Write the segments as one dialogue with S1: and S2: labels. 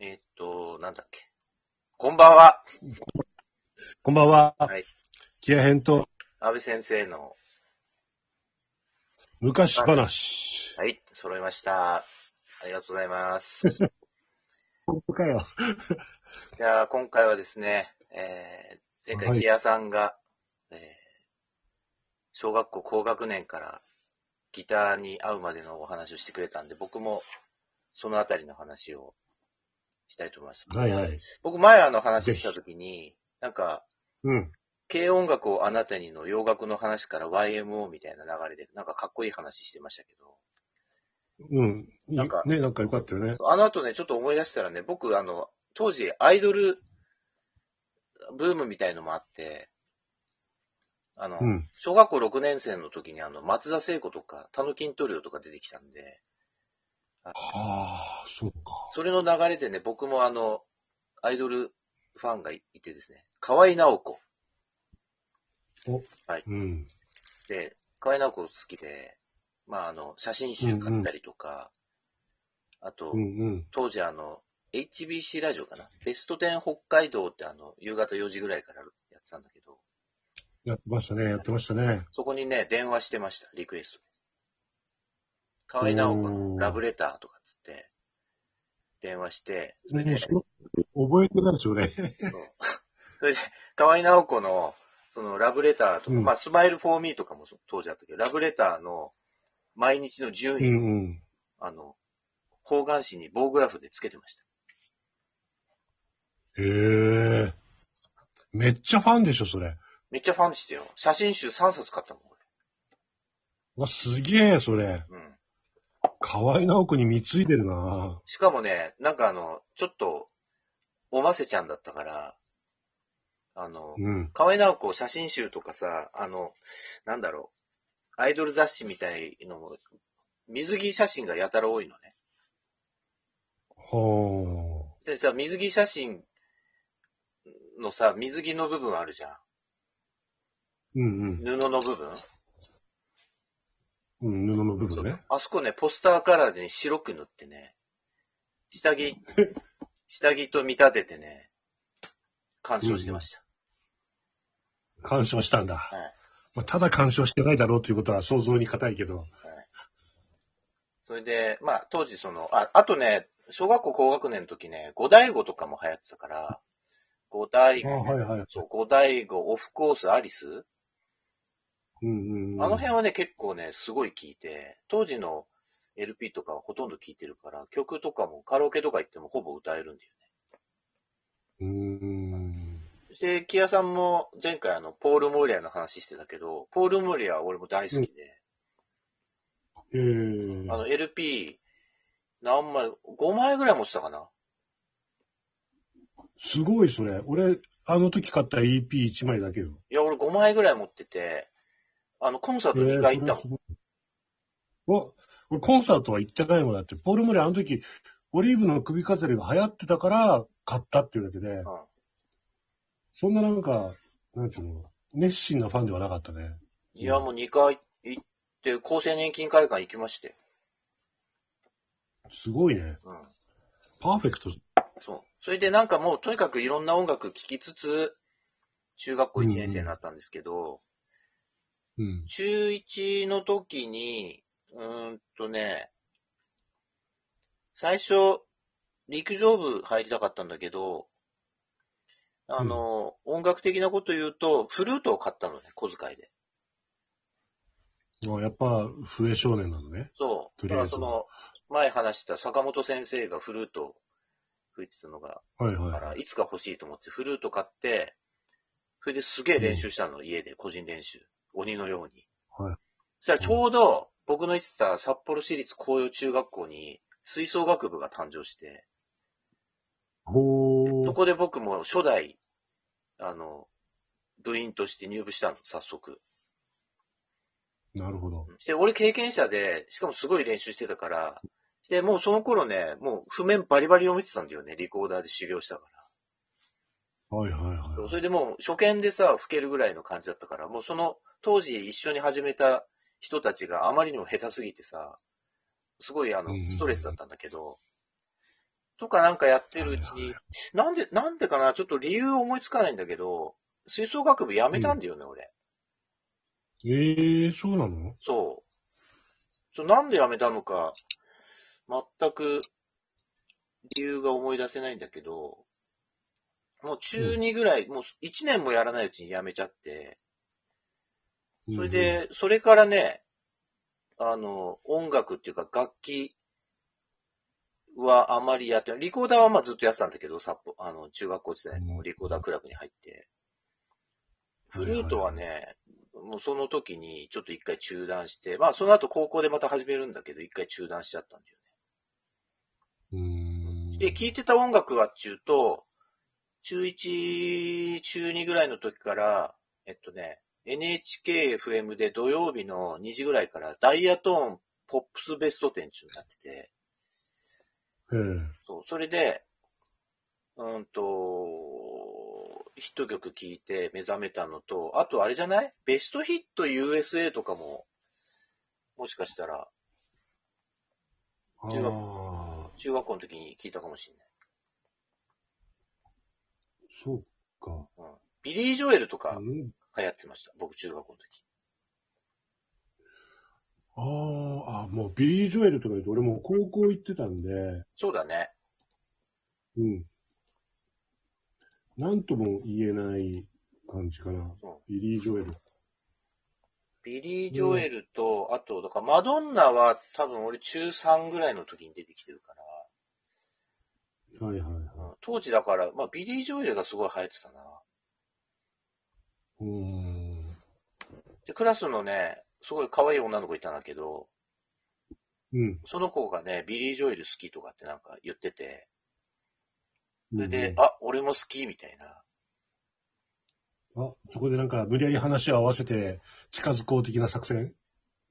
S1: えーっと、なんだっけ。こんばんは。
S2: こんばんは。
S1: はい。
S2: キア編と
S1: 安部先生の。
S2: 昔話。
S1: はい。揃いました。ありがとうございます。
S2: 本当かよ。
S1: じゃあ、今回はですね、えー、前
S2: は
S1: 回、
S2: い
S1: キアさんが、えー小学校高学年からギターに会うまでのお話をしてくれたんで、僕もそのあたりの話をしたいと思います。
S2: はいはい。
S1: 僕、前あの話したときに、なんか、
S2: うん。
S1: 軽音楽をあなたにの洋楽の話から YMO みたいな流れで、なんかかっこいい話してましたけど、
S2: うん。
S1: なんか
S2: ね、なんかよかったよね。
S1: あの後ね、ちょっと思い出したらね、僕、あの、当時アイドルブームみたいのもあって、あの、
S2: うん。
S1: 小学校6年生の時にあの、松田聖子とか、タヌキントリオとか出てきたんで、
S2: ああ、そうか。
S1: それの流れでね、僕もあの、アイドルファンがいいてですね、河合直子。
S2: うん。
S1: で、河合直子好きで、まあ、あの、写真集買ったりとか、あと、
S2: うんうん。
S1: 当時あの、HBC ラジオかなベスト10北海道ってあの、夕方4時ぐらいからやってたんだけど、
S2: やってましたね、やってましたね。
S1: そこにね、電話してました、リクエストで。河合直子のラブレターとかっつって、電話して、それ
S2: ね
S1: で、
S2: しょ覚えてないでしょうね。
S1: そうそれで、河合直子の、そのラブレターとか、
S2: うん
S1: まあ、スマイルフォーミーとかも当時あったけど、ラブレターの毎日の順
S2: う
S1: 位を
S2: んうん。
S1: あの、方眼紙に棒グラフでつけてました。
S2: へえ。めっちゃファンでしょ、それ。
S1: めっちゃファンしてよ。写真集3冊買ったもん、
S2: わ、すげえ、それ。
S1: 俺。うん。
S2: 河合直子に貢いでるな
S1: しかもね、なんかあの、ちょっと、おませちゃんだったから、あの、
S2: うん。
S1: 河合直子写真集とかさ、あの、なんだろう、アイドル雑誌みたいのも、水着写真がやたら多いのね。
S2: ほ
S1: でさ、水着写真のさ、水着の部分あるじゃん。
S2: う。うん
S1: 布の部分。
S2: うん。うん、布の部分ね。
S1: あそこね、ポスターカラーで、ね、白く塗ってね、下 着、下着と見立ててね、鑑賞してました。
S2: 鑑賞したんだ。はいまあ、ただ鑑賞してないだろうということは想像に難いけど。
S1: それで、まあ、当時その、あ、あとね、小学校高学年の時ね、五大悟とかも流行ってたから、五大
S2: あ
S1: 悟、
S2: はいはい。
S1: そう、五大悟、オフコース、アリス、
S2: うんうん。
S1: あの辺はね、結構ね、すごい聴いて、当時の LP とかはほとんど聴いてるから、曲とかもカラオケとか行ってもほぼ歌えるんだよね。
S2: うーん。
S1: そして、キアさんも前回あの、ポール・モーリアの話してたけど、ポール・モーリアは俺も大好きで、
S2: えー、
S1: あの、LP、何枚、5枚ぐらい持ってたかな
S2: すごいそれ。俺、あの時買った EP1 枚だけよ。
S1: いや、俺5枚ぐらい持ってて、あの、コンサート2回行ったもん。
S2: もん。わ俺コンサートは行ってないもんだって、ポール・ムレーあの時、オリーブの首飾りが流行ってたから買ったっていうだけで、
S1: うん。
S2: そんななんか、なんていうの、熱心なファンではなかったね。
S1: いや、もう2回行って、厚生年金会館行きまして。
S2: すごいね。
S1: うん。
S2: パーフェクト。
S1: そう。それでなんかもう、とにかくいろんな音楽聴きつつ、中学校1年生になったんですけど、
S2: うん。
S1: 中1の時に、うーんとね、最初、陸上部入りたかったんだけど、あの、音楽的なこと言うと、フルートを買ったのね、小遣いで。
S2: あやっぱ、笛少年なのね。
S1: そう。
S2: と
S1: だか
S2: りあ
S1: ら
S2: えず
S1: その、前話した坂本先生がフルートを吹いてたのが、
S2: はい
S1: だか
S2: は
S1: ら、
S2: い。
S1: いつか欲しいと思ってフルート買って、それですげえ練習したの、家で、個人練習。鬼のように。
S2: はい。
S1: そしたらちょうど、僕の行ってた札幌市立紅葉中学校に、吹奏楽部が誕生して、
S2: ほ
S1: そ
S2: ー。
S1: こで僕も初代、あの、部員として入部したの、早速。
S2: なるほど。
S1: で、俺経験者で、しかもすごい練習してたから、で、もうその頃ね、もう譜面バリバリ読めてたんだよね、リコーダーで修行したから。
S2: はいはいはい。
S1: そうそれでもう初見でさ、吹けるぐらいの感じだったから、もうその当時一緒に始めた人たちがあまりにも下手すぎてさ、すごいあ
S2: うんうんう
S1: の、
S2: ん
S1: ストレスだったんだけど、とかなんかやってるうちに、なんで、なんでかな、ちょっと理由思いつかないんだけど、吹奏楽部辞めたんだよね、俺。
S2: ええそうなの
S1: そう。ちょ、なんで辞めたのか、全く理由が思い出せないんだけど、もう中2ぐらい、もう1年もやらないうちに辞めちゃって、それ、で、それからね、あの、音楽っていうか楽器はあまりやってない。リコーダーはまあずっとやってたんだけど、札幌、あの、中学校時代もリコーダークラブに入って。フルートはね、もうその時にちょっと一回中断して、まあその後高校でまた始めるんだけど、一回中断しちゃったんだよ
S2: うーん。
S1: ね。で、聴いてた音楽はっていうと、中1、中2ぐらいの時から、えっとね、NHKFM で土曜日の2時ぐらいからダイヤトーンポップスベスト10中になってて、
S2: ええ
S1: そう、それで、うんと、ヒット曲聴いて目覚めたのと、あとあれじゃないベストヒット USA とかも、もしかしたら
S2: あ
S1: 中学
S2: あ、
S1: 中学校の時に聴いたかもしれない。
S2: そうか。
S1: ビリー・ジョエルとか
S2: うん
S1: 流行ってました。僕中学校の時。
S2: ああ、あもうビリー・ジョエルとか言うと、俺もう高校行ってたんで、
S1: そうだね。
S2: うん。なんとも言えない感じかな
S1: そ。
S2: ビリー・ジョエル。
S1: ビリー・ジョエルと、あと、だからマドンナは多分俺中3ぐらいの時に出てきてるから、
S2: はいはいはい。
S1: うん当時だから、まあビリー・ジョエルがすごい流行ってたな。
S2: うーん。
S1: で、クラスのね、すごい可愛い女の子いたんだけど、
S2: うん。
S1: その子がね、ビリー・ジョエル好きとかってなんか言ってて、それ
S2: う
S1: で
S2: ん、
S1: あ、俺も好きみたいな。
S2: あ、そこでなんか無理やり話を合わせて近づこう的な作戦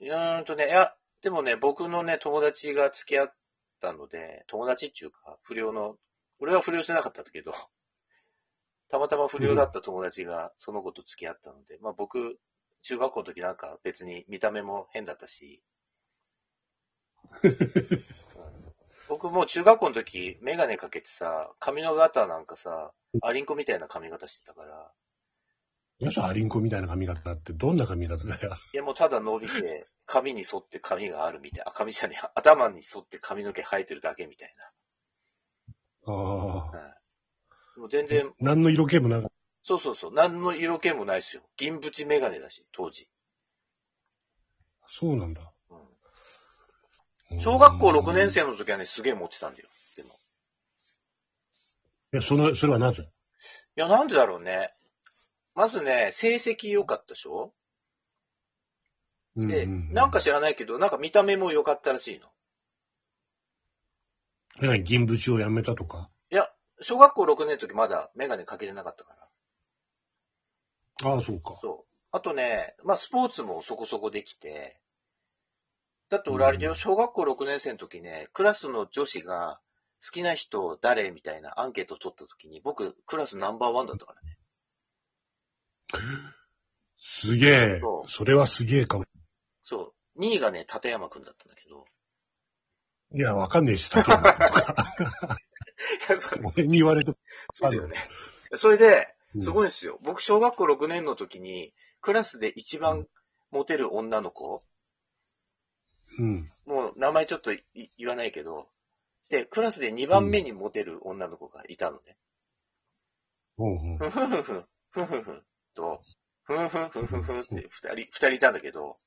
S1: うーんとね、いや、でもね、僕のね、友達が付き合ったので、友達っていうか、不良の、俺は不良じゃなかったんだけど、 たまたま不良だった友達がその子と付き合ったので、まあ僕、中学校の時なんか別に見た目も変だったし、うん僕もう中学校の時、メガネかけてさ、髪の型なんかさ、アリンコみたいな髪型してたから、
S2: 皆さんアリンコみたいな髪型だってどんな髪型だよ。
S1: いや、もうただ伸びて、髪に沿って髪があるみたいな。あ髪じゃねえ、頭に沿って髪の毛生えてるだけみたい
S2: あ
S1: な。
S2: あ。
S1: はい。もう全然、
S2: 何の色気もなかっ
S1: そうそうそう、何の色気もないですよ。銀縁メガネだし、当時。
S2: た。そうなんだ。
S1: うん小学校6年生の時はね、すげえ持ってたんだよ。でも。
S2: いや、その、それはなぜ
S1: いや、なんでだろうね。まずね、成績良かったでしょで、なんか知らないけど、なんか見た目も良かったらしいの。
S2: えらい銀縁をやめたとか。
S1: いや、小学校6年の時まだメガネかけてなかったから。
S2: ああ、そうか。
S1: そう。あとね、まあ、スポーツもそこそこできて、だって俺あれだ
S2: う
S1: よ、
S2: ん
S1: 小学校6年生の時ね、クラスの女子が好きな人誰みたいなアンケートを取った時に、僕、クラスナンバーワンだったからね。
S2: すげえ
S1: そ。う
S2: それはすげえかも。
S1: そう。2位がね、立山くんだったんだけど。
S2: いや、わかんねえし、竹山とか 俺に言われても。
S1: そうだよね。 それで、
S2: うん
S1: すごいんですよ。僕、小学校6年の時に、クラスで一番モテる女の子、
S2: うん。
S1: もう名前ちょっとい言わないけど、で、クラスで2番目にモテる女の子がいたのね。
S2: ほうほう
S1: ふんふんふん、ふんふんふんと、ふんふんふんふんふんって二人、二人いたんだけど、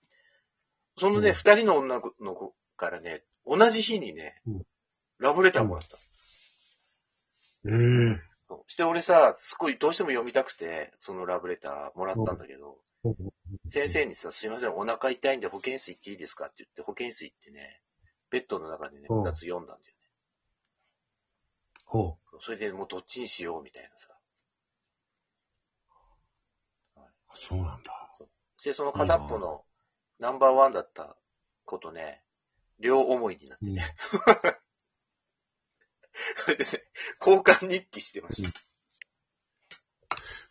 S1: そのね、
S2: うん
S1: 二人の女の子からね、同じ日にね
S2: うん、
S1: ラブレターもらった。
S2: ええ
S1: そう。して俺さ、すごいどうしても読みたくて、そのラブレターもらったんだけど、先生にさ、すいません、お腹痛いんで保健室行っていいですかって言って、保健室行ってね、ベッドの中でね、
S2: うん
S1: 二つ読んだんだよね。
S2: ほ
S1: そうそれでもうどっちにしようみたいなさ。
S2: う。そうなんだ。
S1: して、その片っぽのナンバーワンだった子とね、両思いになって
S2: うん
S1: それでね、交換日記してました。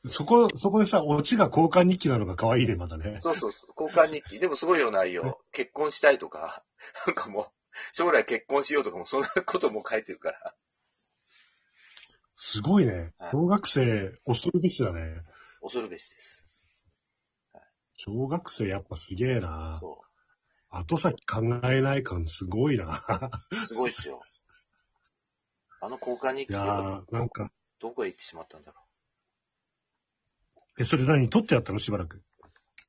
S2: そこ、そこでさ、オチが交換日記なのが可愛いね、まだね。
S1: そうそうそう、交換日記。でもすごいよ内容。結婚したいとか、なんかもう、将来結婚しようとかも、そんなことも書いてるから。
S2: すごいね
S1: はい。
S2: 小学生、恐るべしだね。
S1: 恐るべしです。
S2: 小学生やっぱすげえな。
S1: そ
S2: 後先考えない感すごいな。
S1: う。すごいっすよ。あの交換日
S2: い
S1: 記
S2: やー、 なんか、
S1: どこへ行ってしまったんだろ
S2: え、それ何撮ってやったのしばらく。
S1: う。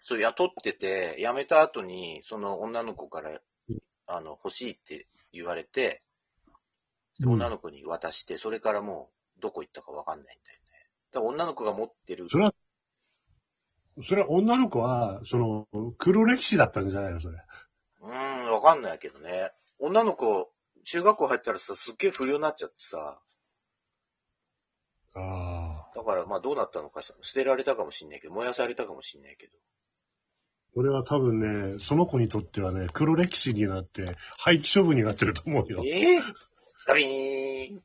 S1: そう、雇ってて、辞めた後に、その女の子から、あの、欲しいって言われて、
S2: うん
S1: 女の子に渡して、それからもう、どこ行ったかわかんないんだよね。だから女の子が持ってる、
S2: それは、それは女の子は、その、黒歴史だったんじゃないのそれ。
S1: うーん、わかんないけどね。女の子、中学校入ったらさ、すっげえ不良になっちゃってさ、
S2: ああ。
S1: だからまあどうなったのかしら、捨てられたかもしんないけど、燃やされたかもしんないけど。
S2: これは多分ね、その子にとってはね、黒歴史になって、廃棄処分になってると思うよ。
S1: えぇ、ダビーン、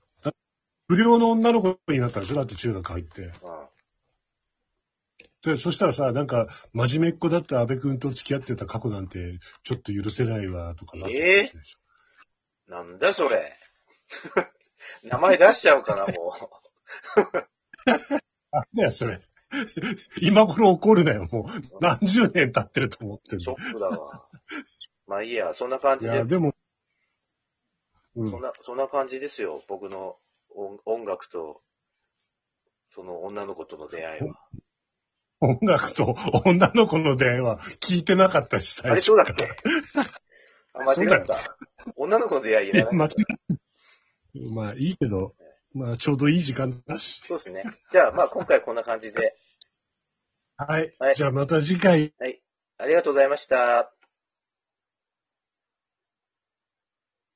S2: 不良の女の子になったんでしょだって中学入って。
S1: うん、
S2: で、そしたらさ、なんか、真面目っ子だった安部君と付き合ってた過去なんて、ちょっと許せないわ、とかなってくるでしょ
S1: なんだそれ。 名前出しちゃうかな、も
S2: なんだよ、それ。 今頃怒るなよ、もう。何十年経ってると思って
S1: う。ショ
S2: る。
S1: ックだわ。まあいいや、そんな感
S2: い
S1: じで
S2: や、、でも、う
S1: そん
S2: ん。
S1: な、そんな感じですよ。僕の音音楽と、その女の子との出会いは。
S2: 音楽と女の子の出会いは聞いてなかったし、
S1: あ
S2: 最
S1: れ
S2: 初
S1: そうだっ けあ、
S2: そう
S1: 間
S2: だ
S1: 違
S2: よ
S1: った。女の子の出会いい
S2: い
S1: ら
S2: や、
S1: ない
S2: 間違えまあ、いいけど、まあ、ちょうどいい時間だし。
S1: そうですね。じゃあ、まあ今回こんな感じで。
S2: はい
S1: はい。
S2: じゃあ、また次回。
S1: はい。ありがとうございました。